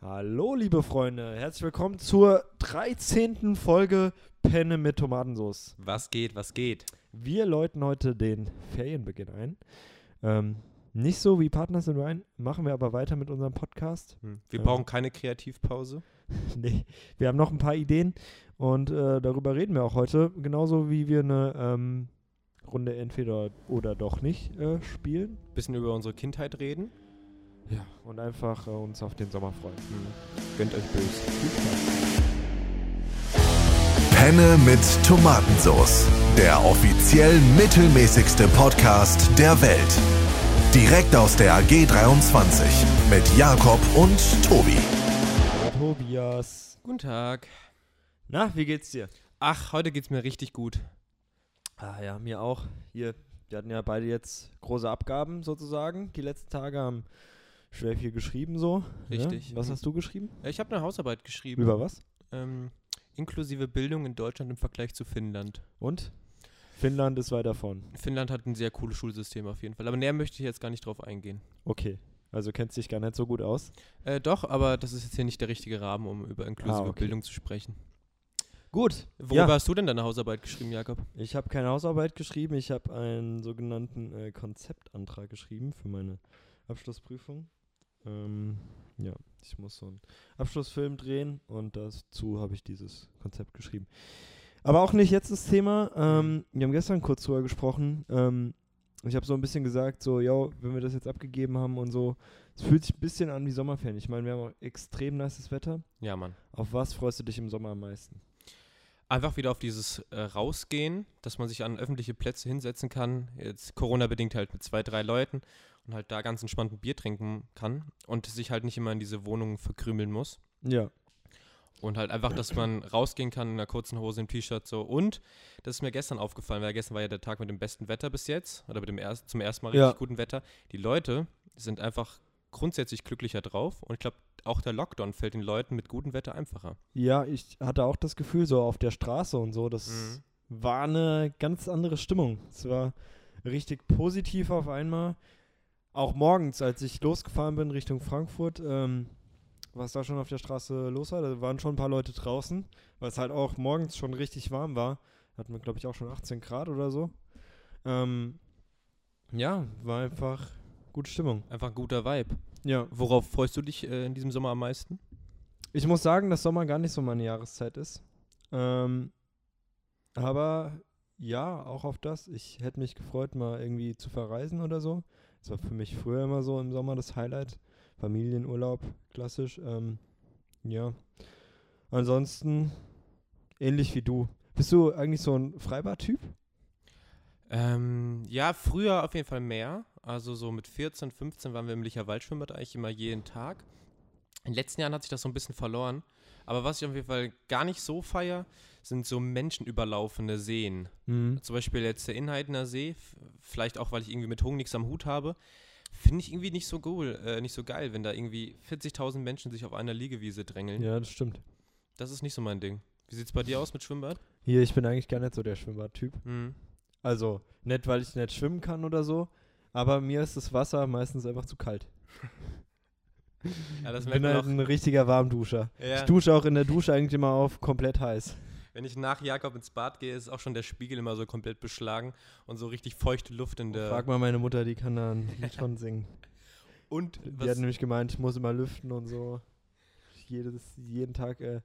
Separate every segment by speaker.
Speaker 1: Hallo, liebe Freunde. Herzlich willkommen zur 13. Folge Penne mit Tomatensauce.
Speaker 2: Was geht, was geht?
Speaker 1: Wir läuten heute den Ferienbeginn ein. Ähm, nicht so wie Partners in Ryan, machen wir aber weiter mit unserem Podcast.
Speaker 2: Wir
Speaker 1: Hm, Ja.
Speaker 2: brauchen keine Kreativpause.
Speaker 1: nee, wir haben noch ein paar Ideen und äh, darüber reden wir auch heute. Genauso wie wir eine ähm, Runde entweder oder doch nicht äh, spielen.
Speaker 2: Bisschen über unsere Kindheit reden.
Speaker 1: Ja. Und einfach äh, uns auf den Sommer freuen.
Speaker 2: Gönnt euch böse.
Speaker 3: Penne mit Tomatensauce. Der offiziell mittelmäßigste Podcast der Welt. Direkt aus der AG 23 mit Jakob und Tobi.
Speaker 1: Tobias.
Speaker 2: Guten Tag.
Speaker 1: Na, wie geht's dir?
Speaker 2: Ach, heute geht's mir richtig gut.
Speaker 1: Ah ja, mir auch. Hier, wir hatten ja beide jetzt große Abgaben sozusagen. Die letzten Tage haben schwer viel geschrieben so. ne?
Speaker 2: Richtig.
Speaker 1: Was
Speaker 2: Mhm.
Speaker 1: hast du geschrieben?
Speaker 2: Ja, Ich habe eine Hausarbeit geschrieben.
Speaker 1: Über was?
Speaker 2: Ähm, inklusive Bildung in Deutschland im Vergleich zu Finnland.
Speaker 1: Und? Finnland ist weit davon.
Speaker 2: Finnland hat ein sehr cooles Schulsystem auf jeden Fall. Aber näher möchte ich jetzt gar nicht drauf eingehen.
Speaker 1: Okay. Also kennst dich gar nicht so gut aus.
Speaker 2: Äh, doch, aber das ist jetzt hier nicht der richtige Rahmen, um über inklusive
Speaker 1: Ah, okay.
Speaker 2: Bildung zu sprechen.
Speaker 1: Gut.
Speaker 2: Worüber
Speaker 1: Ja.
Speaker 2: hast du denn deine Hausarbeit geschrieben, Jakob?
Speaker 1: Ich habe keine Hausarbeit geschrieben. Ich habe einen sogenannten äh, Konzeptantrag geschrieben für meine Abschlussprüfung. Ähm, ja, ich muss so einen Abschlussfilm drehen und dazu habe ich dieses Konzept geschrieben. Aber auch nicht jetzt das Thema. Ähm, wir haben gestern kurz drüber gesprochen. Ähm, ich habe so ein bisschen gesagt, so, yo, wenn wir das jetzt abgegeben haben und so, es fühlt sich ein bisschen an wie Sommerferien. Ich meine, wir haben auch extrem nices Wetter.
Speaker 2: Ja, Mann.
Speaker 1: Auf was freust du dich im Sommer am meisten?
Speaker 2: Einfach wieder auf dieses äh, Rausgehen, dass man sich an öffentliche Plätze hinsetzen kann. Jetzt Corona-bedingt halt mit zwei, drei Leuten und halt da ganz entspannt ein Bier trinken kann und sich halt nicht immer in diese Wohnungen verkrümeln muss.
Speaker 1: Ja.
Speaker 2: Und halt einfach, dass man rausgehen kann in einer kurzen Hose, im T-Shirt so. Und das ist mir gestern aufgefallen, weil gestern war ja der Tag mit dem besten Wetter bis jetzt oder mit dem ersten, zum ersten Mal richtig
Speaker 1: Ja.
Speaker 2: guten Wetter. Die Leute sind einfach grundsätzlich glücklicher drauf und ich glaube, auch der Lockdown fällt den Leuten mit gutem Wetter einfacher.
Speaker 1: Ja, ich hatte auch das Gefühl, so auf der Straße und so, das
Speaker 2: Mhm.
Speaker 1: war eine ganz andere Stimmung. Es war richtig positiv auf einmal. Auch morgens, als ich losgefahren bin Richtung Frankfurt, ähm, was da schon auf der Straße los war, da waren schon ein paar Leute draußen, weil es halt auch morgens schon richtig warm war. Hatten wir, glaube ich, auch schon 18 Grad oder so. Ähm, ja, war einfach gute Stimmung.
Speaker 2: Einfach ein guter Vibe.
Speaker 1: Ja.
Speaker 2: Worauf freust du dich äh, in diesem Sommer am meisten?
Speaker 1: Ich muss sagen, dass Sommer gar nicht so meine Jahreszeit ist. Ähm, aber ja, auch auf das. Ich hätte mich gefreut, mal irgendwie zu verreisen oder so. Das war für mich früher immer so im Sommer das Highlight. Familienurlaub, klassisch. Ähm, ja. Ansonsten ähnlich wie du. Bist du eigentlich so ein Freibad-Typ?
Speaker 2: Ähm, ja, früher auf jeden Fall mehr. Also so mit 14, 15 waren wir im Licher Waldschwimmbad eigentlich immer jeden Tag. In den letzten Jahren hat sich das so ein bisschen verloren. Aber was ich auf jeden Fall gar nicht so feier, sind so menschenüberlaufene Seen. Zum Beispiel jetzt der Inheitener See, f- vielleicht auch, weil ich irgendwie mit Hung nichts am Hut habe, finde ich irgendwie nicht so cool, äh, nicht so geil, wenn da irgendwie 40.000 Menschen sich auf einer Liegewiese drängeln.
Speaker 1: Ja, das stimmt.
Speaker 2: Das ist nicht so mein Ding. Wie sieht's bei dir aus mit Schwimmbad?
Speaker 1: Hier, ich bin eigentlich gar nicht so der Schwimmbad-Typ.
Speaker 2: Hm.
Speaker 1: Also, nicht, weil ich nicht schwimmen kann oder so, aber mir ist das Wasser meistens einfach zu kalt.
Speaker 2: Ja, das
Speaker 1: Ich bin
Speaker 2: merkt man
Speaker 1: halt
Speaker 2: auch.
Speaker 1: ein richtiger Warmduscher.
Speaker 2: Ja.
Speaker 1: Ich dusche auch in der Dusche eigentlich immer auf komplett heiß.
Speaker 2: Wenn ich nach Jakob ins Bad gehe, ist auch schon der Spiegel immer so komplett beschlagen und so richtig feuchte Luft in der.
Speaker 1: Frag mal meine Mutter, die kann dann schon singen.
Speaker 2: Und
Speaker 1: Die hat
Speaker 2: was,
Speaker 1: nämlich gemeint, ich muss immer lüften und so. Ich Jedes, jeden Tag äh,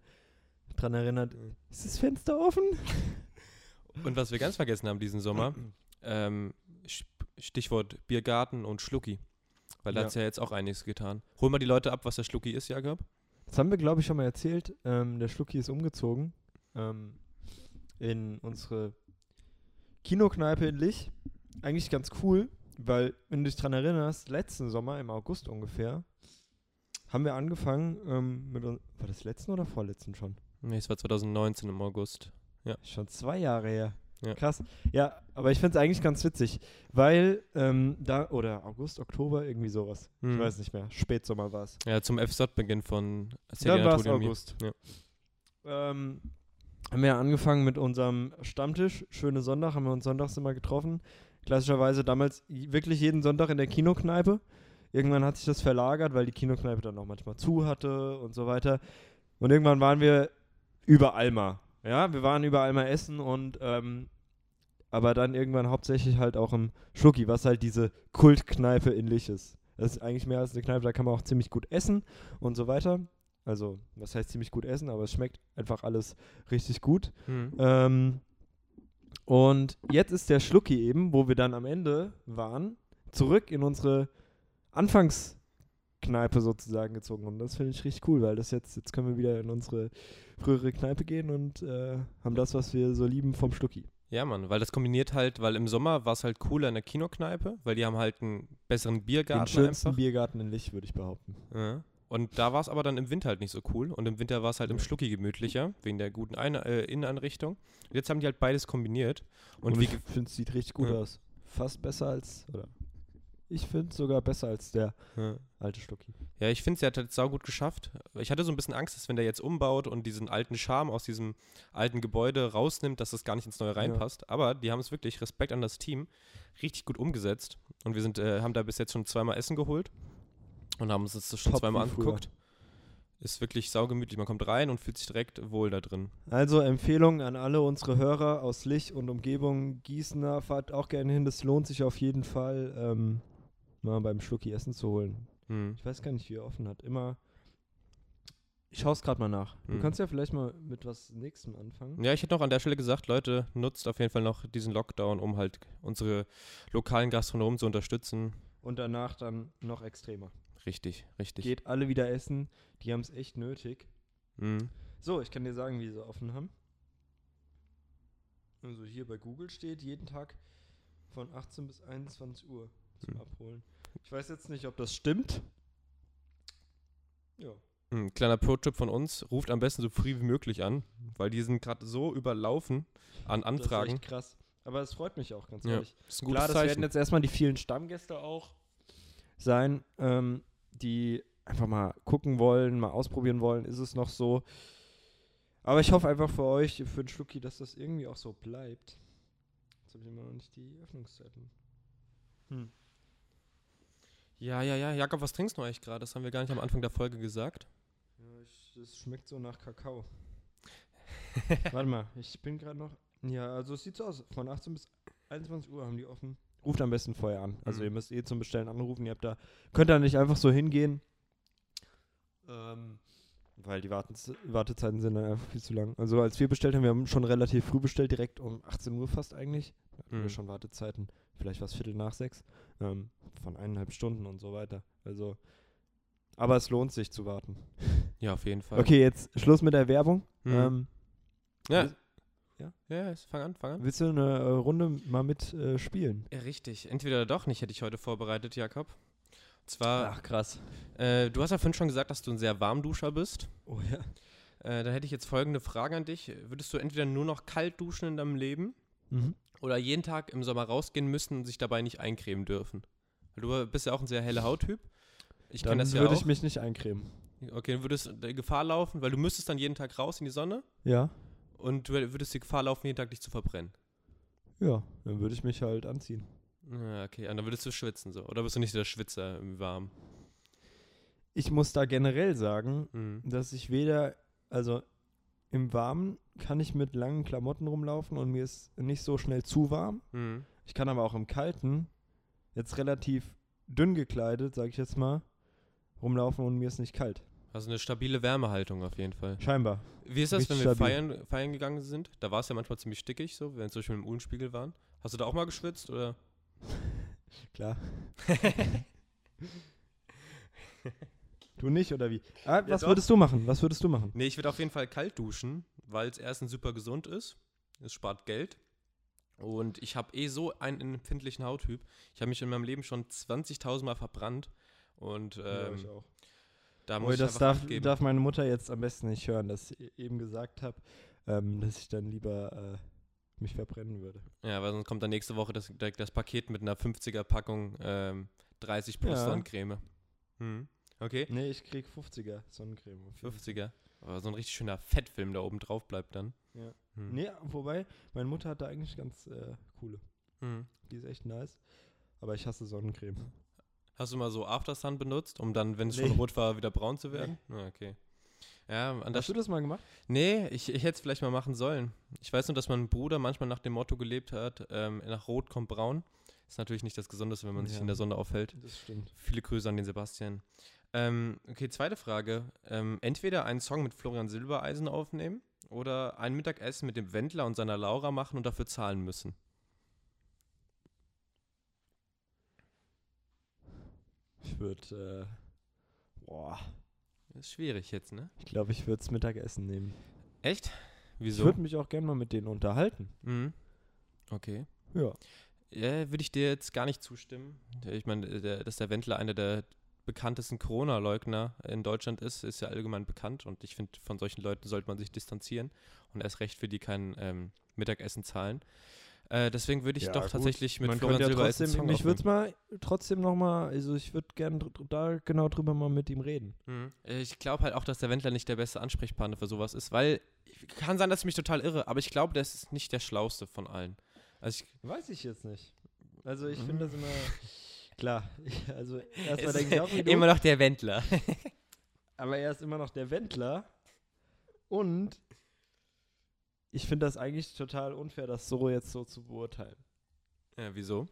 Speaker 1: dran erinnert, ist das Fenster offen?
Speaker 2: und was wir ganz vergessen haben diesen Sommer, ähm, Sch- Stichwort Biergarten und Schlucki. Weil da
Speaker 1: Ja.
Speaker 2: hat's ja jetzt auch einiges getan. Hol mal die Leute ab, was der Schlucki ist, Jakob.
Speaker 1: Das haben wir, glaube ich, schon mal erzählt. Ähm, der Schlucki ist umgezogen ähm, in unsere Kinokneipe in Lich. Eigentlich ganz cool, weil, wenn du dich dran erinnerst, letzten Sommer, im August ungefähr, haben wir angefangen ähm, mit. un- War das letzten oder vorletzten schon?
Speaker 2: Nee, es war 2019 im August.
Speaker 1: Schon zwei Jahre her.
Speaker 2: Ja.
Speaker 1: Krass. Ja, aber ich finde es eigentlich ganz witzig, weil ähm, da, oder August, Oktober, irgendwie sowas. Ich
Speaker 2: Hm.
Speaker 1: weiß nicht mehr. Spätsommer war es.
Speaker 2: Ja, zum FSJ-Beginn von
Speaker 1: Dann war es
Speaker 2: Selena Todemir.
Speaker 1: August. Ähm, haben wir angefangen mit unserem Stammtisch. Schöne Sonntag, haben wir uns sonntags immer getroffen. Klassischerweise damals j- wirklich jeden Sonntag in der Kinokneipe. Irgendwann hat sich das verlagert, weil die Kinokneipe dann auch manchmal zu hatte und so weiter. Und irgendwann waren wir über Alma. Ja, wir waren über Alma essen und ähm, aber dann irgendwann hauptsächlich halt auch im Schlucki, was halt diese Kultkneipe in Lich ist. Das ist eigentlich mehr als eine Kneipe, da kann man auch ziemlich gut essen und so weiter. Also, was heißt ziemlich gut essen, aber es schmeckt einfach alles richtig gut.
Speaker 2: Hm.
Speaker 1: Ähm, und jetzt ist der Schlucki eben, wo wir dann am Ende waren, zurück in unsere Anfangskneipe sozusagen gezogen. Und das finde ich richtig cool, weil das jetzt, jetzt können wir wieder in unsere frühere Kneipe gehen und äh, haben das, was wir so lieben vom Schlucki.
Speaker 2: Ja, Mann, weil das kombiniert halt, weil im Sommer war es halt cooler in der Kinokneipe, weil die haben halt einen besseren
Speaker 1: Den
Speaker 2: Biergarten
Speaker 1: schönsten
Speaker 2: einfach.
Speaker 1: Biergarten in Lich, würde ich behaupten.
Speaker 2: Ja. Und da war es aber dann im Winter halt nicht so cool. Und im Winter war es halt im Schlucki gemütlicher, wegen der guten Ein äh, Innenanrichtung. Und jetzt haben die halt beides kombiniert. Und, wie.
Speaker 1: ich
Speaker 2: ge-
Speaker 1: finde, es sieht richtig gut
Speaker 2: Ja.
Speaker 1: aus. Fast besser als, oder ich finde sogar besser als der
Speaker 2: Ja.
Speaker 1: alte Schlucki.
Speaker 2: Ja, ich finde, sie hat halt sau gut geschafft. Ich hatte so ein bisschen Angst, dass wenn der jetzt umbaut und diesen alten Charme aus diesem alten Gebäude rausnimmt, dass das gar nicht ins neue reinpasst. Aber die haben es wirklich, Respekt an das Team, richtig gut umgesetzt. Und wir sind, äh, haben da bis jetzt schon zweimal Essen geholt und haben uns das schon
Speaker 1: Top
Speaker 2: zweimal
Speaker 1: wie früher.
Speaker 2: angeguckt. Ist wirklich saugemütlich. Man kommt rein und fühlt sich direkt wohl da drin.
Speaker 1: Also Empfehlung an alle unsere Hörer aus Lich und Umgebung. Gießener, fahrt auch gerne hin. Das lohnt sich auf jeden Fall, ähm, mal beim Schlucki Essen zu holen.
Speaker 2: Hm.
Speaker 1: Ich weiß gar nicht, wie er offen hat. Immer. Ich schaue es gerade mal nach. Du
Speaker 2: Mhm.
Speaker 1: kannst ja vielleicht mal mit was Nächstem anfangen.
Speaker 2: Ja, ich hätte noch an der Stelle gesagt, Leute, nutzt auf jeden Fall noch diesen Lockdown, um halt unsere lokalen Gastronomen zu unterstützen.
Speaker 1: Und danach dann noch extremer.
Speaker 2: Richtig, richtig.
Speaker 1: Geht alle wieder essen. Die haben es echt nötig.
Speaker 2: Hm.
Speaker 1: So, ich kann dir sagen, wie sie offen haben. Also hier bei Google steht jeden Tag von 18 bis 21 Uhr zum
Speaker 2: Hm.
Speaker 1: Abholen. Ich weiß jetzt nicht, ob das stimmt. Ja.
Speaker 2: Ein kleiner Pro-Tipp von uns, ruft am besten so früh wie möglich an, weil die sind gerade so überlaufen
Speaker 1: Das
Speaker 2: an
Speaker 1: ist
Speaker 2: Anfragen.
Speaker 1: echt krass. Aber es freut mich auch, ganz
Speaker 2: Ja,
Speaker 1: ehrlich.
Speaker 2: Das ist ein
Speaker 1: Klar, das werden
Speaker 2: Zeichen.
Speaker 1: jetzt erstmal die vielen Stammgäste auch sein, ähm, die einfach mal gucken wollen, mal ausprobieren wollen, ist es noch so. Aber ich hoffe einfach für euch, für den Schlucki, dass das irgendwie auch so bleibt. Jetzt habe ich immer noch nicht die Öffnungszeiten.
Speaker 2: ja, ja, ja. Jakob, was trinkst du eigentlich gerade? Das haben wir gar nicht am Anfang der Folge gesagt.
Speaker 1: Ja, ich, das schmeckt so nach Kakao. Warte mal, ich bin gerade noch. Ja, also es sieht so aus. Von 18 bis 21 Uhr haben die offen. Ruft am besten vorher an. Also
Speaker 2: Mhm.
Speaker 1: ihr müsst eh zum Bestellen anrufen. Ihr habt da, könnt da nicht einfach so hingehen. Ähm, weil die Wartens Wartezeiten sind dann einfach viel zu lang. Also als wir bestellt haben, wir haben schon relativ früh bestellt, direkt um 18 Uhr fast eigentlich. Da hatten
Speaker 2: Mhm.
Speaker 1: wir schon Wartezeiten, vielleicht was Viertel nach sechs. Ähm, von eineinhalb Stunden und so weiter. Also, aber es lohnt sich zu warten.
Speaker 2: Ja, auf jeden Fall.
Speaker 1: Okay, jetzt Schluss mit der Werbung.
Speaker 2: Mhm.
Speaker 1: Ähm,
Speaker 2: ja.
Speaker 1: willst-
Speaker 2: Ja.
Speaker 1: ja?
Speaker 2: ja, jetzt fang an, fang an.
Speaker 1: willst du eine äh, Runde mal mit äh, spielen?
Speaker 2: Ja, richtig. Entweder doch nicht, hätte ich heute vorbereitet, Jakob. Und zwar,
Speaker 1: krass.
Speaker 2: äh, du hast ja vorhin schon gesagt, dass du ein sehr Warmduscher bist.
Speaker 1: Oh ja.
Speaker 2: Äh, da hätte ich jetzt folgende Frage an dich. Würdest du entweder nur noch kalt duschen in deinem Leben
Speaker 1: Mhm.
Speaker 2: oder jeden Tag im Sommer rausgehen müssen und sich dabei nicht eincremen dürfen. Weil Du bist ja auch ein sehr heller Hauttyp. Ich
Speaker 1: Dann
Speaker 2: kann das ja
Speaker 1: würde
Speaker 2: auch.
Speaker 1: ich mich nicht eincremen.
Speaker 2: okay, du würdest der Gefahr laufen, weil du müsstest dann jeden Tag raus in die Sonne
Speaker 1: Ja?
Speaker 2: und du würdest die Gefahr laufen, jeden Tag dich zu verbrennen.
Speaker 1: Ja, dann würde ich mich halt anziehen.
Speaker 2: Ja, Ah, Okay, und dann würdest du schwitzen so. Oder bist du nicht der Schwitzer im Warmen?
Speaker 1: Ich muss da generell sagen,
Speaker 2: Mhm.
Speaker 1: dass ich weder, also im Warmen kann ich mit langen Klamotten rumlaufen und mir ist nicht so schnell zu warm.
Speaker 2: Mhm.
Speaker 1: Ich kann aber auch im Kalten, jetzt relativ dünn gekleidet, sage ich jetzt mal, rumlaufen und mir ist nicht kalt.
Speaker 2: Also eine stabile Wärmehaltung auf jeden Fall.
Speaker 1: Scheinbar.
Speaker 2: Wie ist das, wenn
Speaker 1: Richtig
Speaker 2: wir
Speaker 1: stabil.
Speaker 2: feiern, feiern gegangen sind? Da war es ja manchmal ziemlich stickig so, wenn wir zum Beispiel im Uhlenspiegel waren. Hast du da auch mal geschwitzt oder?
Speaker 1: Klar. Du nicht oder wie? Ah, was
Speaker 2: doch.
Speaker 1: würdest du machen? Was würdest du machen?
Speaker 2: Nee, ich würde auf jeden Fall kalt duschen, weil es erstens super gesund ist. Es spart Geld. Und ich habe eh so einen empfindlichen Hauttyp. Ich habe mich in meinem Leben schon 20.000 Mal verbrannt. Und ähm,
Speaker 1: auch.
Speaker 2: da muss
Speaker 1: Obwohl,
Speaker 2: ich
Speaker 1: das
Speaker 2: einfach
Speaker 1: darf,
Speaker 2: Acht geben.
Speaker 1: darf meine Mutter jetzt am besten nicht hören, dass ich eben gesagt habe, ähm, dass ich dann lieber äh, mich verbrennen würde.
Speaker 2: Ja, weil sonst kommt dann nächste Woche das, direkt das Paket mit einer 50er-Packung ähm, 30 plus
Speaker 1: Ja.
Speaker 2: Sonnencreme. Hm. Okay,
Speaker 1: Nee, ich krieg 50er Sonnencreme. auf jeden Fall.
Speaker 2: 50er. Aber so ein richtig schöner Fettfilm da oben drauf bleibt dann.
Speaker 1: Ja.
Speaker 2: Hm.
Speaker 1: Nee, wobei, meine Mutter hat da eigentlich ganz äh, coole.
Speaker 2: Hm.
Speaker 1: Die ist echt nice. Aber ich hasse Sonnencreme.
Speaker 2: Hast du mal so Aftersun benutzt, um dann, wenn es schon
Speaker 1: Nee.
Speaker 2: rot war, wieder braun zu werden? Ah, okay. Ja, an der
Speaker 1: Hast du das mal gemacht?
Speaker 2: Nee, ich, ich hätte es vielleicht mal machen sollen. Ich weiß nur, dass mein Bruder manchmal nach dem Motto gelebt hat, ähm, nach Rot kommt Braun. Ist natürlich nicht das Gesundeste, wenn man sich
Speaker 1: Ja.
Speaker 2: in der Sonne aufhält.
Speaker 1: Das stimmt.
Speaker 2: Viele Grüße an den Sebastian. Ähm, okay, zweite Frage. Ähm, entweder einen Song mit Florian Silbereisen aufnehmen oder ein Mittagessen mit dem Wendler und seiner Laura machen und dafür zahlen müssen.
Speaker 1: Ich würde, äh, boah,
Speaker 2: Ist schwierig jetzt, ne?
Speaker 1: ich glaube, ich würde es Mittagessen nehmen.
Speaker 2: Echt?
Speaker 1: Ich
Speaker 2: Wieso?
Speaker 1: würde mich auch gerne mal mit denen unterhalten.
Speaker 2: Mhm. Okay.
Speaker 1: Ja.
Speaker 2: Ja, würde ich dir jetzt gar nicht zustimmen. Der- Ich meine, der, dass der Wendler einer der bekanntesten Corona-Leugner in Deutschland ist, ist ja allgemein bekannt und ich finde, von solchen Leuten sollte man sich distanzieren und erst recht für die kein ähm, Mittagessen zahlen. Äh, deswegen würde ich
Speaker 1: Ja,
Speaker 2: doch
Speaker 1: gut.
Speaker 2: tatsächlich mit
Speaker 1: Man
Speaker 2: Florian
Speaker 1: könnte ja
Speaker 2: Silbereisen
Speaker 1: trotzdem,
Speaker 2: Song
Speaker 1: ich würde es
Speaker 2: aufnehmen.
Speaker 1: mal trotzdem nochmal, also ich würde gerne da genau drüber mal mit ihm reden.
Speaker 2: Mhm. Äh, Ich glaube halt auch, dass der Wendler nicht der beste Ansprechpartner für sowas ist, weil kann sein, dass ich mich total irre, aber ich glaube, der ist nicht der schlauste von allen. Also ich,
Speaker 1: Weiß ich jetzt nicht. Also ich
Speaker 2: Mhm.
Speaker 1: finde das immer, klar, also erstmal
Speaker 2: ist
Speaker 1: denke ich auch wie du,
Speaker 2: immer noch der Wendler.
Speaker 1: aber er ist immer noch der Wendler und ich finde das eigentlich total unfair, das so jetzt so zu beurteilen,
Speaker 2: ja, wieso?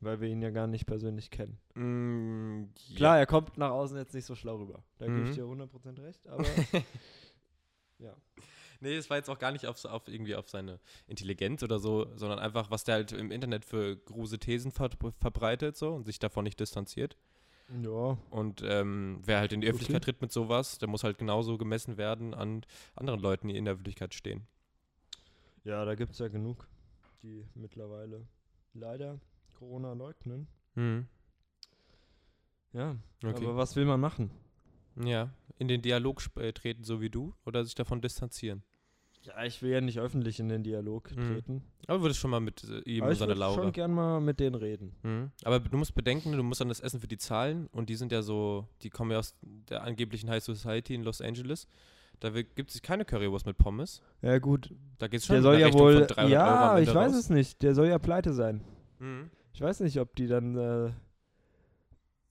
Speaker 1: weil wir ihn ja gar nicht persönlich kennen.
Speaker 2: Mm, ja.
Speaker 1: Klar, er kommt nach außen jetzt nicht so schlau rüber. Da
Speaker 2: Mhm.
Speaker 1: gebe ich dir 100% recht, aber
Speaker 2: Nee, das war jetzt auch gar nicht auf, auf irgendwie auf seine Intelligenz oder so, sondern einfach, was der halt im Internet für gruse Thesen ver verbreitet so und sich davon nicht distanziert.
Speaker 1: ja,
Speaker 2: Und ähm, wer halt in die
Speaker 1: Okay.
Speaker 2: Öffentlichkeit tritt mit sowas, der muss halt genauso gemessen werden an anderen Leuten, die in der Öffentlichkeit stehen.
Speaker 1: Ja, da gibt es ja genug, die mittlerweile leider Corona leugnen. Hm,
Speaker 2: Mhm.
Speaker 1: Ja,
Speaker 2: Okay.
Speaker 1: aber was will man machen?
Speaker 2: ja, in den Dialog sp- äh, treten, so wie du, oder sich davon distanzieren.
Speaker 1: Ja, ich will ja nicht öffentlich in den Dialog
Speaker 2: Mhm.
Speaker 1: treten.
Speaker 2: Aber würdest schon mal mit äh, ihm
Speaker 1: Aber
Speaker 2: und
Speaker 1: Ah, ich
Speaker 2: seiner
Speaker 1: würde
Speaker 2: Laura.
Speaker 1: schon gern mal mit denen reden.
Speaker 2: Mhm. Aber du musst bedenken, du musst dann das Essen für die zahlen und die sind ja so, die kommen ja aus der angeblichen High Society in Los Angeles. Da gibt es keine Currywurst mit Pommes.
Speaker 1: Ja gut,
Speaker 2: Da geht es schon
Speaker 1: der
Speaker 2: mit
Speaker 1: soll
Speaker 2: einer
Speaker 1: ja
Speaker 2: Rechnung von
Speaker 1: wohl,
Speaker 2: 300 Euro am
Speaker 1: ja,
Speaker 2: Ende
Speaker 1: ich weiß
Speaker 2: raus.
Speaker 1: es nicht, der soll ja pleite sein.
Speaker 2: Mhm.
Speaker 1: Ich weiß nicht, ob die dann äh,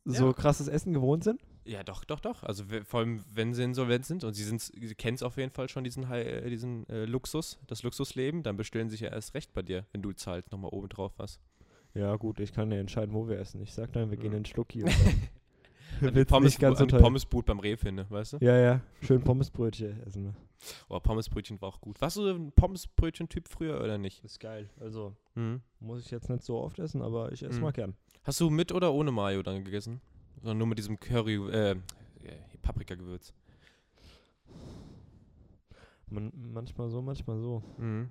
Speaker 1: so
Speaker 2: Ja.
Speaker 1: krasses Essen gewohnt sind.
Speaker 2: Ja, doch, doch, doch. Also we- vor allem, wenn sie insolvent sind und sie, sind's- sie kennen es auf jeden Fall schon, diesen, Hi- äh, diesen äh, Luxus, das Luxusleben, dann bestellen sie sich ja erst recht bei dir, wenn du zahlst, nochmal oben drauf was.
Speaker 1: Ja gut, ich kann ja entscheiden, wo wir essen. Ich sag dann, wir gehen
Speaker 2: Mhm.
Speaker 1: in Schlucki.
Speaker 2: An
Speaker 1: Wird's
Speaker 2: Pommes,
Speaker 1: nicht ganz so
Speaker 2: an die
Speaker 1: teuer.
Speaker 2: Pommesbud beim Reh finde, weißt du?
Speaker 1: Ja, ja, schön Pommesbrötchen essen wir.
Speaker 2: Oh, Pommesbrötchen war auch gut. Warst du so ein Pommesbrötchen-Typ früher oder nicht?
Speaker 1: Ist geil, also
Speaker 2: Mhm.
Speaker 1: Muss ich jetzt nicht so oft essen, aber ich esse
Speaker 2: Mhm.
Speaker 1: mal gern.
Speaker 2: Hast du mit oder ohne Mayo dann gegessen? Sondern nur mit diesem Curry, äh, äh, Paprikagewürz.
Speaker 1: Man, manchmal so, manchmal so.
Speaker 2: Mhm.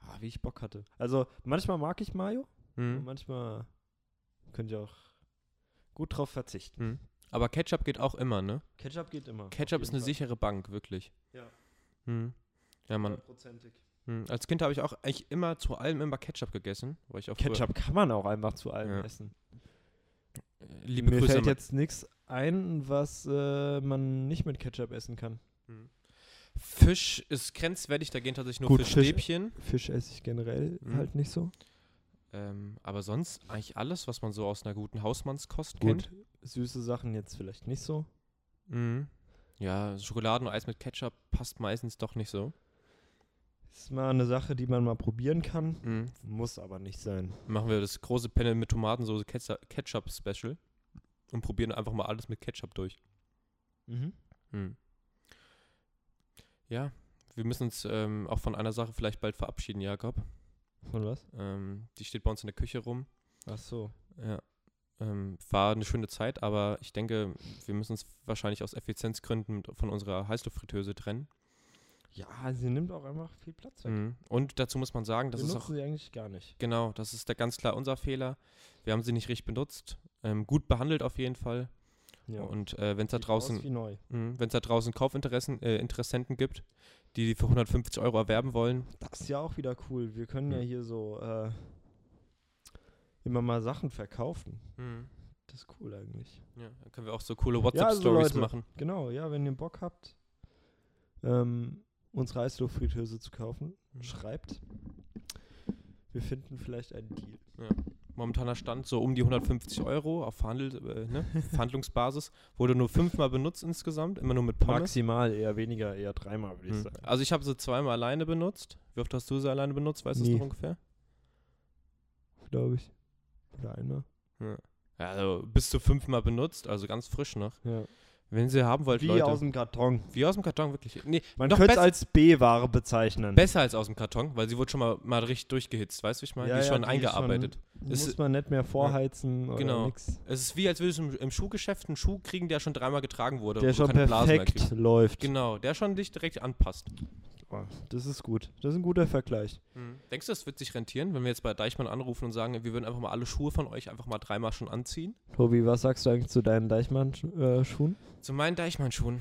Speaker 1: Ah, wie ich Bock hatte. Also manchmal mag ich Mayo, und
Speaker 2: Mhm.
Speaker 1: manchmal könnte ich auch gut drauf verzichten.
Speaker 2: Aber Ketchup geht auch immer, ne?
Speaker 1: Ketchup geht immer.
Speaker 2: Mhm. Ketchup ist eine
Speaker 1: Sicherheit.
Speaker 2: sichere Bank, wirklich.
Speaker 1: Ja.
Speaker 2: Mhm. Ja, Mann. Mhm. Als Kind habe ich auch eigentlich immer zu allem immer Ketchup gegessen, weil ich auch früher-
Speaker 1: Ketchup kann man auch einfach zu allem
Speaker 2: Ja.
Speaker 1: essen.
Speaker 2: Äh, liebe
Speaker 1: Mir
Speaker 2: Grüße
Speaker 1: fällt
Speaker 2: an-
Speaker 1: jetzt nichts ein, was äh, man nicht mit Ketchup essen kann.
Speaker 2: Fisch ist grenzwertig, da gehen tatsächlich nur
Speaker 1: Gut,
Speaker 2: Fischstäbchen.
Speaker 1: Fisch esse ich generell
Speaker 2: Mhm.
Speaker 1: halt nicht so.
Speaker 2: Ähm, aber sonst eigentlich alles, was man so aus einer guten Hausmannskost kennt.
Speaker 1: Süße Sachen jetzt vielleicht nicht so.
Speaker 2: Mhm. Ja, Schokoladen und Eis mit Ketchup passt meistens doch nicht so.
Speaker 1: Ist mal eine Sache, die man mal probieren kann.
Speaker 2: Mhm.
Speaker 1: Muss aber nicht sein.
Speaker 2: machen wir das große Panel mit Tomatensoße Ketza- Ketchup Special und probieren einfach mal alles mit Ketchup durch.
Speaker 1: Mhm.
Speaker 2: Hm. Ja, wir müssen uns ähm, auch von einer Sache vielleicht bald verabschieden, Jakob.
Speaker 1: Von was?
Speaker 2: Ähm, die steht bei uns in der Küche rum.
Speaker 1: Ach so.
Speaker 2: Ja. Ähm, war eine schöne Zeit, aber ich denke, wir müssen uns wahrscheinlich aus Effizienzgründen von unserer Heißluftfritteuse trennen.
Speaker 1: Ja, sie nimmt auch einfach viel Platz weg.
Speaker 2: Mhm. Und dazu muss man sagen, das
Speaker 1: wir
Speaker 2: ist
Speaker 1: nutzen
Speaker 2: auch
Speaker 1: sie eigentlich gar nicht.
Speaker 2: Genau, das ist da ganz klar unser Fehler. Wir haben sie nicht richtig benutzt. Ähm, gut behandelt auf jeden Fall.
Speaker 1: Ja.
Speaker 2: Und äh, wenn es da
Speaker 1: Sieht aus
Speaker 2: draußen
Speaker 1: Wie neu.
Speaker 2: Wenn es Mhm. da draußen Kaufinteressen, äh, Interessenten gibt, die die für 150 Euro erwerben wollen.
Speaker 1: Das ist ja auch wieder cool. Wir können ja
Speaker 2: Mhm.
Speaker 1: hier so äh, immer mal Sachen verkaufen. Das ist cool eigentlich.
Speaker 2: Ja, dann können wir auch so coole
Speaker 1: Mhm. also
Speaker 2: WhatsApp-Stories
Speaker 1: Leute.
Speaker 2: machen.
Speaker 1: Genau, ja, wenn ihr Bock habt, ähm, uns Reisluftfriedhöse zu kaufen,
Speaker 2: Mhm.
Speaker 1: schreibt. Wir finden vielleicht einen Deal.
Speaker 2: Momentaner Stand so um die 150 Euro auf Verhandel, äh, ne? Verhandlungsbasis. Wurde nur fünfmal benutzt insgesamt, immer nur mit Pommes.
Speaker 1: Maximal, eher weniger, eher dreimal, würde ich
Speaker 2: Hm.
Speaker 1: sagen.
Speaker 2: Also ich habe sie zweimal alleine benutzt. Wie oft hast du sie alleine benutzt? Weißt du es
Speaker 1: Nie.
Speaker 2: noch ungefähr?
Speaker 1: Glaube ich. Oder einmal.
Speaker 2: Ja, also bis zu fünfmal benutzt, also ganz frisch noch.
Speaker 1: Ja.
Speaker 2: Wenn sie haben wollt,
Speaker 1: Wie
Speaker 2: Leute.
Speaker 1: aus dem Karton.
Speaker 2: wie aus dem Karton, wirklich. Nee,
Speaker 1: Man
Speaker 2: Noch
Speaker 1: könnte es
Speaker 2: besser-
Speaker 1: als B-Ware bezeichnen.
Speaker 2: besser als aus dem Karton, weil sie wurde schon mal, mal richtig durchgehitzt, weißt du, wie ich meine?
Speaker 1: Ja,
Speaker 2: die ist
Speaker 1: ja,
Speaker 2: schon
Speaker 1: die ist
Speaker 2: eingearbeitet.
Speaker 1: Muss
Speaker 2: ist-
Speaker 1: man nicht mehr vorheizen oder
Speaker 2: Genau.
Speaker 1: nix.
Speaker 2: Es ist wie, als würdest du im, im Schuhgeschäft einen Schuh kriegen, der schon dreimal getragen wurde.
Speaker 1: Der
Speaker 2: wo
Speaker 1: schon
Speaker 2: keine Blasen mehr
Speaker 1: perfekt
Speaker 2: kriegst.
Speaker 1: läuft.
Speaker 2: Genau, der schon dich direkt anpasst.
Speaker 1: Oh, das ist gut. Das ist ein guter Vergleich.
Speaker 2: Denkst du, das wird sich rentieren, wenn wir jetzt bei Deichmann anrufen und sagen, wir würden einfach mal alle Schuhe von euch einfach mal dreimal schon anziehen?
Speaker 1: Tobi, was sagst du eigentlich zu deinen Deichmann-Schuhen?
Speaker 2: Zu meinen Deichmann-Schuhen.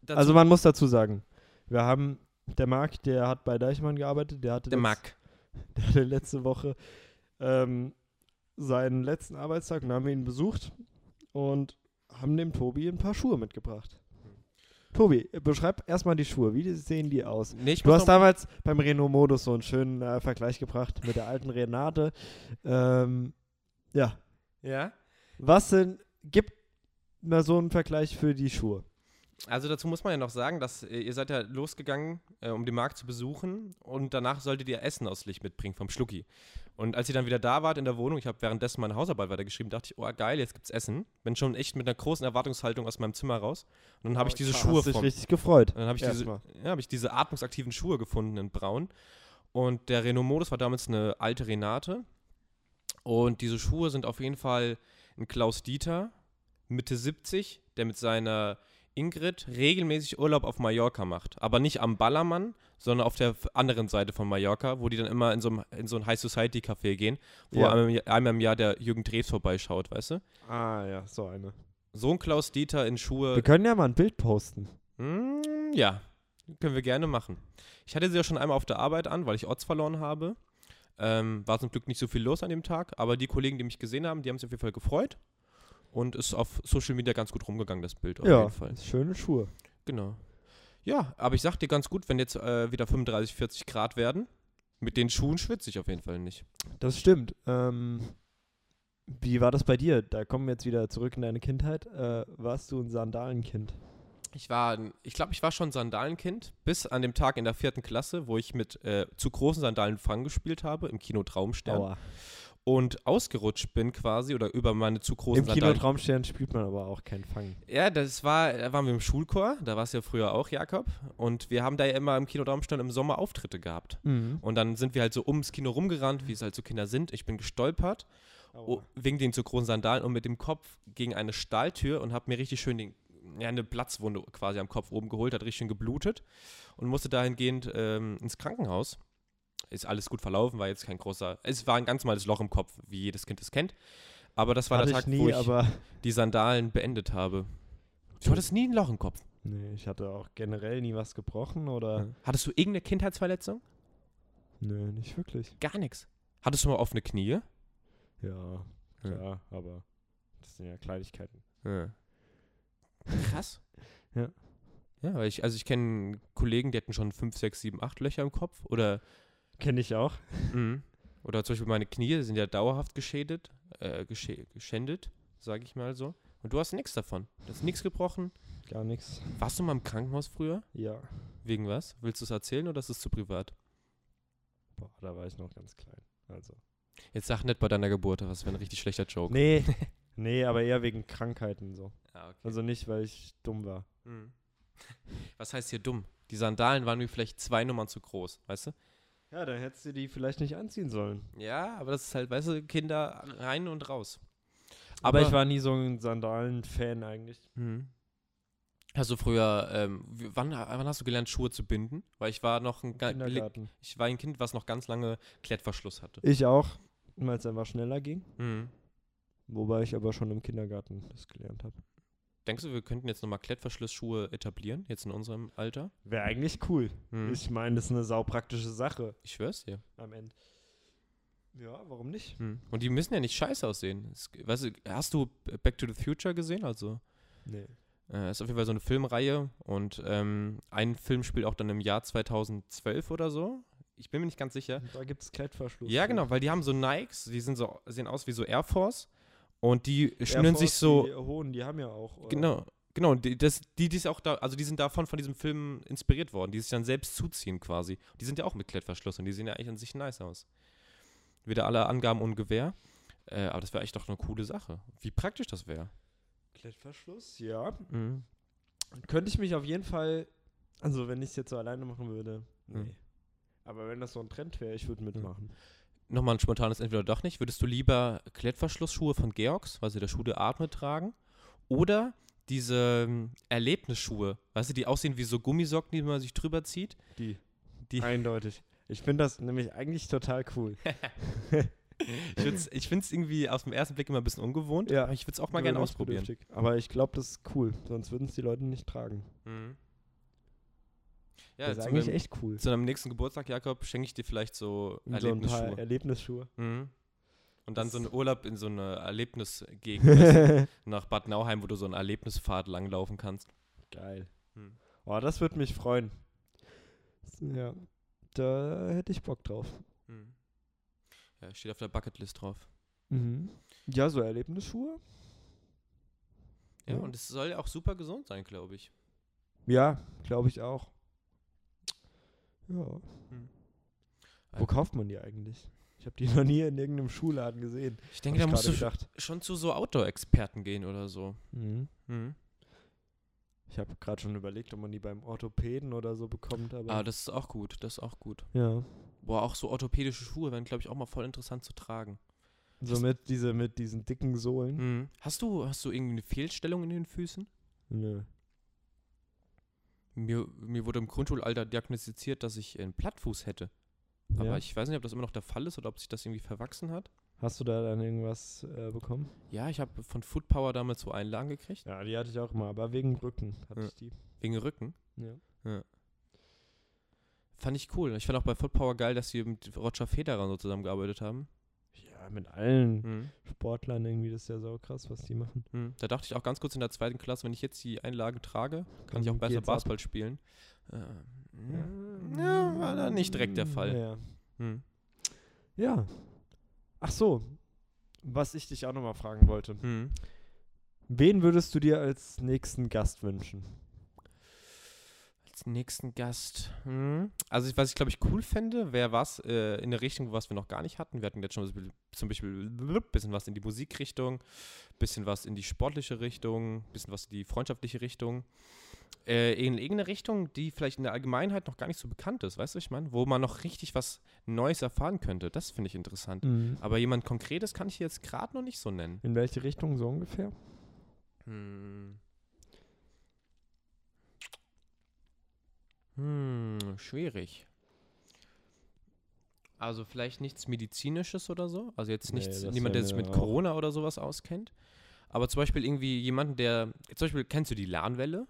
Speaker 2: Dazu-
Speaker 1: Also man muss dazu sagen, wir haben, der Marc, der hat bei Deichmann gearbeitet, der hatte
Speaker 2: der
Speaker 1: letzt-
Speaker 2: Mack.
Speaker 1: der hatte letzte Woche ähm, seinen letzten Arbeitstag und haben wir ihn besucht und haben dem Tobi ein paar Schuhe mitgebracht. Tobi, äh, beschreib erstmal die Schuhe. Wie sehen die aus?
Speaker 2: Nee, Hm. ich
Speaker 1: Du
Speaker 2: muss
Speaker 1: hast
Speaker 2: noch-
Speaker 1: damals beim Renault Modus so einen schönen äh, Vergleich gebracht mit der alten Renate. Ähm, ja,
Speaker 2: ja?
Speaker 1: was denn, gibt mal so einen Vergleich für die Schuhe?
Speaker 2: Also dazu muss man ja noch sagen, dass äh, ihr seid ja losgegangen, äh, um den Markt zu besuchen und danach solltet ihr Essen aus Licht mitbringen vom Schlucki. Und als ihr dann wieder da wart in der Wohnung, ich habe währenddessen meine Hausarbeit weitergeschrieben, dachte ich, oh geil, jetzt gibt's Essen. Bin schon echt mit einer großen Erwartungshaltung aus meinem Zimmer raus. Und dann habe ich diese Schuhe
Speaker 1: Oh, Hast dich
Speaker 2: vom-
Speaker 1: richtig gefreut.
Speaker 2: Und dann habe ich, diese,
Speaker 1: Erstmal.
Speaker 2: ja, hab ich diese atmungsaktiven Schuhe gefunden in Braun. Und der Renault Modus war damals eine alte Renate. Und diese Schuhe sind auf jeden Fall ein Klaus Dieter, Mitte 70, der mit seiner Ingrid regelmäßig Urlaub auf Mallorca macht. Aber nicht am Ballermann, sondern auf der f- anderen Seite von Mallorca, wo die dann immer in so, einem, in so ein High Society Café gehen, wo
Speaker 1: Ja.
Speaker 2: einmal, im Jahr- einmal im Jahr der Jürgen Drews vorbeischaut, weißt du?
Speaker 1: Ah ja, so eine.
Speaker 2: So ein Klaus Dieter in Schuhe.
Speaker 1: Wir können ja mal ein Bild posten.
Speaker 2: Mm, ja, können wir gerne machen. Ich hatte sie ja schon einmal auf der Arbeit an, weil ich Orts verloren habe. Ähm, war zum Glück nicht so viel los an dem Tag, aber die Kollegen, die mich gesehen haben, die haben sich auf jeden Fall gefreut und ist auf Social Media ganz gut rumgegangen, das Bild auf
Speaker 1: ja,
Speaker 2: jeden Fall.
Speaker 1: schöne Schuhe.
Speaker 2: Genau. Ja, aber ich sag dir ganz gut, wenn jetzt äh, wieder 35, 40 Grad werden, mit den Schuhen schwitze ich auf jeden Fall nicht.
Speaker 1: Das stimmt. Ähm, wie war das bei dir? Da kommen wir jetzt wieder zurück in deine Kindheit. Äh, warst du ein Sandalenkind?
Speaker 2: Ich war, ein- ich glaube, ich war schon Sandalenkind, bis an dem Tag in der vierten Klasse, wo ich mit äh, zu großen Sandalen Fang gespielt habe, im Kino Traumstern.
Speaker 1: Aua.
Speaker 2: und ausgerutscht bin quasi oder über meine zu großen
Speaker 1: Im Kino
Speaker 2: Sandalen.
Speaker 1: Traumstern spielt man aber auch kein Fangen.
Speaker 2: Ja, das war, da waren wir im Schulchor, da warst du ja früher auch, Jakob. Und wir haben da ja immer im Kino Traumstern im Sommer Auftritte gehabt. Und dann sind wir halt so ums Kino rumgerannt, wie es halt so Kinder sind. Ich bin gestolpert
Speaker 1: Oh,
Speaker 2: o- Oh, wegen den zu großen Sandalen und mit dem Kopf gegen eine Stahltür und habe mir richtig schön den, ja, eine Platzwunde quasi am Kopf oben geholt, hat richtig schön geblutet und musste dahingehend ähm, ins Krankenhaus. Ist alles gut verlaufen, war jetzt kein großer. Es war ein ganz normales Loch im Kopf, wie jedes Kind es kennt. Aber das war
Speaker 1: Hatte
Speaker 2: der Tag,
Speaker 1: ich nie,
Speaker 2: wo ich
Speaker 1: aber
Speaker 2: die Sandalen beendet habe. Du hattest nie ein Loch im Kopf.
Speaker 1: Nee, ich hatte auch generell nie was gebrochen oder.
Speaker 2: Hattest du irgendeine Kindheitsverletzung?
Speaker 1: Nö, nicht wirklich.
Speaker 2: Gar nichts. Hattest du mal offene Knie?
Speaker 1: Ja,
Speaker 2: Ja.
Speaker 1: klar, aber das sind ja Kleinigkeiten.
Speaker 2: Krass.
Speaker 1: Ja.
Speaker 2: Ja, weil ich, also ich kenne Kollegen, die hatten schon 5, 6, 7, 8 Löcher im Kopf. Oder,
Speaker 1: Kenne ich auch.
Speaker 2: mhm. oder zum Beispiel meine Knie sind ja dauerhaft geschädet, äh, gesche geschändet, sage ich mal so. Und du hast nichts davon. Du hast nichts gebrochen.
Speaker 1: Gar nichts.
Speaker 2: Warst du mal im Krankenhaus früher?
Speaker 1: Ja.
Speaker 2: Wegen was? Willst du es erzählen oder ist es zu privat?
Speaker 1: Boah, da war ich noch ganz klein. Also.
Speaker 2: Jetzt sag nicht bei deiner Geburt, das wäre ein richtig schlechter Joke.
Speaker 1: Nee. nee, aber eher wegen Krankheiten so.
Speaker 2: Ah, okay.
Speaker 1: Also nicht, weil ich dumm war.
Speaker 2: Mhm. Was heißt hier dumm? Die Sandalen waren mir vielleicht zwei Nummern zu groß, weißt du?
Speaker 1: Ja, dann hättest du die vielleicht nicht anziehen sollen.
Speaker 2: Ja, aber das ist halt, weißt du, Kinder rein und raus.
Speaker 1: Aber, ich war nie so ein Sandalen-Fan eigentlich.
Speaker 2: Mhm. Hast du früher, ähm, wie- wann, wann hast du gelernt, Schuhe zu binden? Weil ich war noch ein, ga-
Speaker 1: Kindergarten.
Speaker 2: ich war ein Kind, was noch ganz lange Klettverschluss hatte.
Speaker 1: Ich auch, weil es einfach schneller ging.
Speaker 2: Mhm.
Speaker 1: Wobei ich aber schon im Kindergarten das gelernt habe.
Speaker 2: Denkst du, wir könnten jetzt nochmal Klettverschlussschuhe etablieren, jetzt in unserem Alter?
Speaker 1: Wäre eigentlich cool.
Speaker 2: Mhm.
Speaker 1: Ich meine, das ist eine saupraktische Sache
Speaker 2: Ich schwör's dir.
Speaker 1: am Ende. Ja, warum nicht?
Speaker 2: Mhm. Und die müssen ja nicht scheiße aussehen. Es, weißt du, hast du Back to the Future gesehen? Also,
Speaker 1: Nee.
Speaker 2: Äh, ist auf jeden Fall so eine Filmreihe und ähm, ein Film spielt auch dann im Jahr 2012 oder so. Ich bin mir nicht ganz sicher.
Speaker 1: Da gibt es Klettverschluss.
Speaker 2: Ja,
Speaker 1: für.
Speaker 2: genau, weil die haben so Nikes, die sind so, sehen aus wie so Air Force und die
Speaker 1: Air
Speaker 2: schnüren sich
Speaker 1: Force,
Speaker 2: so.
Speaker 1: Die hohen, die haben ja auch. äh,
Speaker 2: Genau, genau. und Die, das, die, die ist auch da, also die sind davon von diesem Film inspiriert worden, die sich dann selbst zuziehen quasi. Die sind ja auch mit Klettverschluss und die sehen ja eigentlich an sich nice aus. Wieder alle Angaben und Gewehr. Äh, aber das wäre echt doch eine coole Sache. Wie praktisch das wäre.
Speaker 1: Klettverschluss, ja.
Speaker 2: Mhm.
Speaker 1: Könnte ich mich auf jeden Fall. Also, wenn ich es jetzt so alleine machen würde. Nee.
Speaker 2: Mhm.
Speaker 1: Aber wenn das so ein Trend wäre, ich würde mitmachen.
Speaker 2: Nochmal ein spontanes Entweder doch nicht. Würdest du lieber Klettverschlussschuhe von Georgs, weil sie der Schuh der Atme tragen, oder diese ähm, Erlebnisschuhe, weißt du, die aussehen wie so Gummisocken, die man sich drüber zieht?
Speaker 1: Die.
Speaker 2: Die-
Speaker 1: Eindeutig. Ich finde das nämlich eigentlich total cool.
Speaker 2: Ich find's- Ich finde es irgendwie aus dem ersten Blick immer ein bisschen ungewohnt,
Speaker 1: Ja.
Speaker 2: aber ich würde es auch mal gerne ausprobieren.
Speaker 1: Gewöhnungsbedürftig. Aber ich glaube, das ist cool. Sonst würden es die Leute nicht tragen.
Speaker 2: Mhm.
Speaker 1: Ja,
Speaker 2: Ja,
Speaker 1: das ist
Speaker 2: zu
Speaker 1: eigentlich
Speaker 2: meinem,
Speaker 1: echt cool.
Speaker 2: zu deinem nächsten Geburtstag, Jakob, schenke ich dir vielleicht so
Speaker 1: Und so ein
Speaker 2: Erlebnisschuhe.
Speaker 1: paar Erlebnisschuhe.
Speaker 2: mhm. Und dann
Speaker 1: Das-
Speaker 2: so einen Urlaub in so eine Erlebnisgegend weißt du,
Speaker 1: Geil.
Speaker 2: nach Bad Nauheim, wo du so einen Erlebnispfad langlaufen kannst. Hm.
Speaker 1: Oh, das würde mich freuen. Ja, da hätte ich Bock drauf.
Speaker 2: Mhm. Ja, steht auf der Bucketlist drauf. Mhm.
Speaker 1: Ja, so Erlebnisschuhe.
Speaker 2: Ja,
Speaker 1: Ja.
Speaker 2: und es soll ja auch super gesund sein, glaube ich.
Speaker 1: Ja, glaube ich auch. Ja.
Speaker 2: Hm.
Speaker 1: Wo
Speaker 2: Also-
Speaker 1: kauft man die eigentlich? Ich habe die noch nie in irgendeinem Schuhladen gesehen.
Speaker 2: Ich
Speaker 1: hab
Speaker 2: denke, da
Speaker 1: ich
Speaker 2: musst du
Speaker 1: gerade gedacht.
Speaker 2: sch- schon zu so Outdoor-Experten gehen oder so.
Speaker 1: Mhm.
Speaker 2: Mhm.
Speaker 1: Ich habe gerade schon überlegt, ob man die beim Orthopäden oder so bekommt, aber
Speaker 2: Ah, das ist auch gut, das ist auch gut.
Speaker 1: ja.
Speaker 2: Boah, auch so orthopädische Schuhe wären, glaube ich, auch mal voll interessant zu tragen.
Speaker 1: So mit, diese, mit diesen dicken Sohlen.
Speaker 2: Mhm. Hast du, hast du irgendwie eine Fehlstellung in den Füßen?
Speaker 1: Nö.
Speaker 2: Mir, mir wurde im Grundschulalter diagnostiziert, dass ich einen Plattfuß hätte. Aber
Speaker 1: Ja.
Speaker 2: ich weiß nicht, ob das immer noch der Fall ist oder ob sich das irgendwie verwachsen hat.
Speaker 1: Hast du da dann irgendwas äh, bekommen?
Speaker 2: Ja, ich habe von Foot Power damals so Einlagen gekriegt,
Speaker 1: Ja, die hatte ich auch immer, aber wegen Rücken hatte
Speaker 2: Ja.
Speaker 1: ich die.
Speaker 2: wegen Rücken.
Speaker 1: Ja.
Speaker 2: Fand ich cool. Ich fand auch bei Foot Power geil, dass sie mit Roger Federer so zusammengearbeitet haben.
Speaker 1: ja, mit allen
Speaker 2: Mhm.
Speaker 1: Sportlern irgendwie, das ist ja so krass, was die machen.
Speaker 2: Hm, Da dachte ich auch ganz kurz in der zweiten Klasse, wenn ich jetzt die Einlagen trage, kann ich auch
Speaker 1: Dann
Speaker 2: besser
Speaker 1: geht's ab.
Speaker 2: Basketball spielen. Äh, mm, ja, war da nicht direkt der Fall.
Speaker 1: Ja.
Speaker 2: Hm.
Speaker 1: ja. Ach so, was ich dich auch nochmal fragen wollte.
Speaker 2: Hm.
Speaker 1: Wen würdest du dir als nächsten Gast wünschen?
Speaker 2: Als nächsten Gast. Hm. Also, ich- was ich glaube ich cool fände, wäre was äh, in der Richtung, was wir noch gar nicht hatten. Wir hatten jetzt schon so zum Beispiel ein bisschen was in die Musikrichtung, bisschen was in die sportliche Richtung, bisschen was in die freundschaftliche Richtung. Äh, in irgendeine Richtung, die vielleicht in der Allgemeinheit noch gar nicht so bekannt ist, weißt du, was ich meine? Wo man noch richtig was Neues erfahren könnte. Das finde ich interessant. Aber jemand Konkretes kann ich jetzt gerade noch nicht so nennen.
Speaker 1: In welche Richtung so ungefähr?
Speaker 2: Hm. Hm, schwierig. Also vielleicht nichts Medizinisches oder so. Also jetzt
Speaker 1: Nee,
Speaker 2: nichts,
Speaker 1: das
Speaker 2: niemand,
Speaker 1: wär
Speaker 2: der sich
Speaker 1: mir
Speaker 2: mit
Speaker 1: auch-
Speaker 2: Corona oder sowas auskennt. Aber zum Beispiel irgendwie jemanden, der. Zum Beispiel, kennst du die Lahnwelle?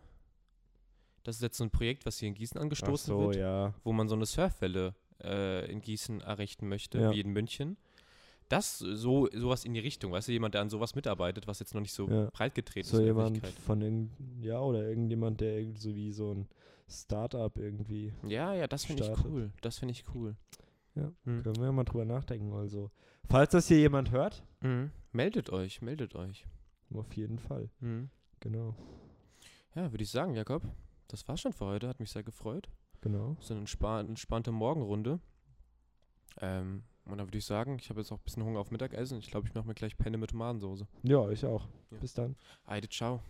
Speaker 2: Das ist jetzt so ein Projekt, was hier in Gießen angestoßen
Speaker 1: Ach so,
Speaker 2: wird
Speaker 1: ja.
Speaker 2: wo man so eine Surfwelle äh, in Gießen errichten möchte,
Speaker 1: Ja.
Speaker 2: wie in München. Das so sowas in die Richtung, weißt du, jemand, der an sowas mitarbeitet, was jetzt noch nicht so
Speaker 1: Ja.
Speaker 2: breit getreten
Speaker 1: So
Speaker 2: ist. in der
Speaker 1: jemand
Speaker 2: Öffentlichkeit.
Speaker 1: von irgend, ja, oder irgendjemand, der irgendwie so wie so ein Startup irgendwie.
Speaker 2: Ja, ja, das finde ich
Speaker 1: startet.
Speaker 2: cool. Das finde ich cool.
Speaker 1: Ja,
Speaker 2: Hm.
Speaker 1: Können wir mal drüber nachdenken. Also, falls das hier jemand hört,
Speaker 2: Mhm. Meldet euch, meldet euch.
Speaker 1: auf jeden Fall.
Speaker 2: Mhm.
Speaker 1: Genau,
Speaker 2: Ja, würde ich sagen, Jakob. Das war's schon für heute. Hat mich sehr gefreut.
Speaker 1: genau.
Speaker 2: So eine entspa entspannte Morgenrunde. Ähm, und dann würde ich sagen, ich habe jetzt auch ein bisschen Hunger auf Mittagessen. Ich glaube, ich mache mir gleich Penne mit Tomatensoße.
Speaker 1: Ja, ich auch.
Speaker 2: Ja.
Speaker 1: Bis dann.
Speaker 2: Eide, ciao.